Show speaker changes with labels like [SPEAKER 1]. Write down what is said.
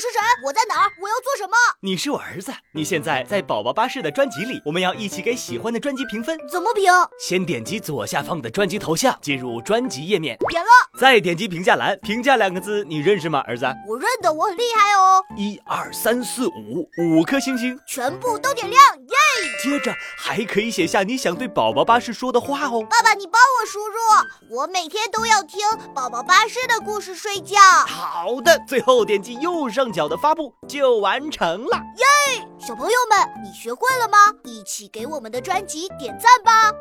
[SPEAKER 1] 是谁？啊我在哪儿？我要做什么？
[SPEAKER 2] 你是我儿子，你现在在宝宝巴士的专辑里，我们要一起给喜欢的专辑评分。
[SPEAKER 1] 怎么评？
[SPEAKER 2] 先点击左下方的专辑头像，进入专辑页面，
[SPEAKER 1] 点了，
[SPEAKER 2] 再点击评价栏，评价两个字，你认识吗，儿子？
[SPEAKER 1] 我认得，我很厉害哦，
[SPEAKER 2] 一二三四五，五颗星星。
[SPEAKER 1] 全部都点亮，耶！
[SPEAKER 2] 接着还可以写下你想对宝宝巴士说的话哦。
[SPEAKER 1] 爸爸，你帮我输入，我每天都要听宝宝巴士的故事睡觉。
[SPEAKER 2] 好的，最后点击右上角的发布就完成了。
[SPEAKER 1] 小朋友们，你学会了吗？一起给我们的专辑点赞吧！